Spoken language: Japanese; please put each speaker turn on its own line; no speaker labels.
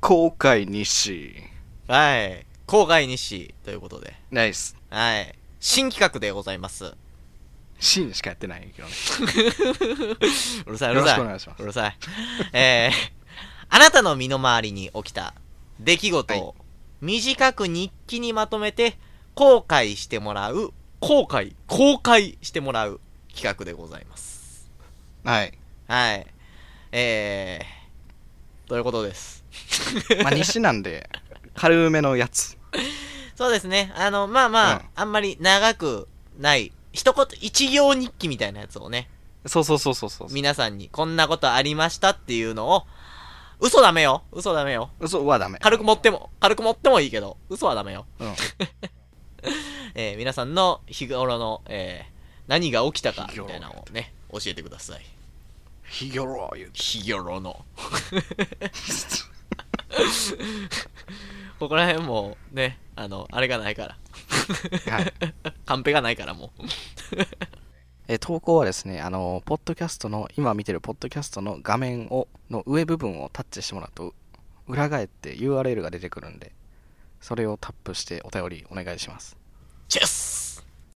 後悔西。
はい。郊外西ということで。
ナイス。
はい。新企画でございます。
シーンしかやってないけどね。
うるさい、うる
よ
さい。
ろしくお願いします
うるさい。 えー、あなたの身の回りに起きた出来事
は
を短く日記にまとめて後悔してもらう、後悔、公開してもらう企画でございます。
はい。
はい。えー、ということです。
まあ、西なんで、 軽めのやつ。
そうですね。あの、まあまあ、
うん
あんまり長くない、一言、一行日記みたいなやつをね、
そうそうそうそうそう。
皆さんにこんなことありましたっていうのを、嘘ダメよ嘘ダメよ
嘘はダメ。
軽く持っても、軽く持ってもいいけど、嘘はダメよ。
うん。
えー、皆さんの日頃の、えー、何が起きたか、
日
み
頃
たいなのをね、教えてください。
ひよろ言うて。
日 頃の。ここら辺もうね、あの、あれがないから。
はい。
カンペがないからもう。
えー投稿はですね、あのーポッドキャストの、今見てるポッドキャストの画面を、の上部分をタッチしてもらうと、裏返って URL が出てくるんで、それをタップしてお便りお願いします。
チェス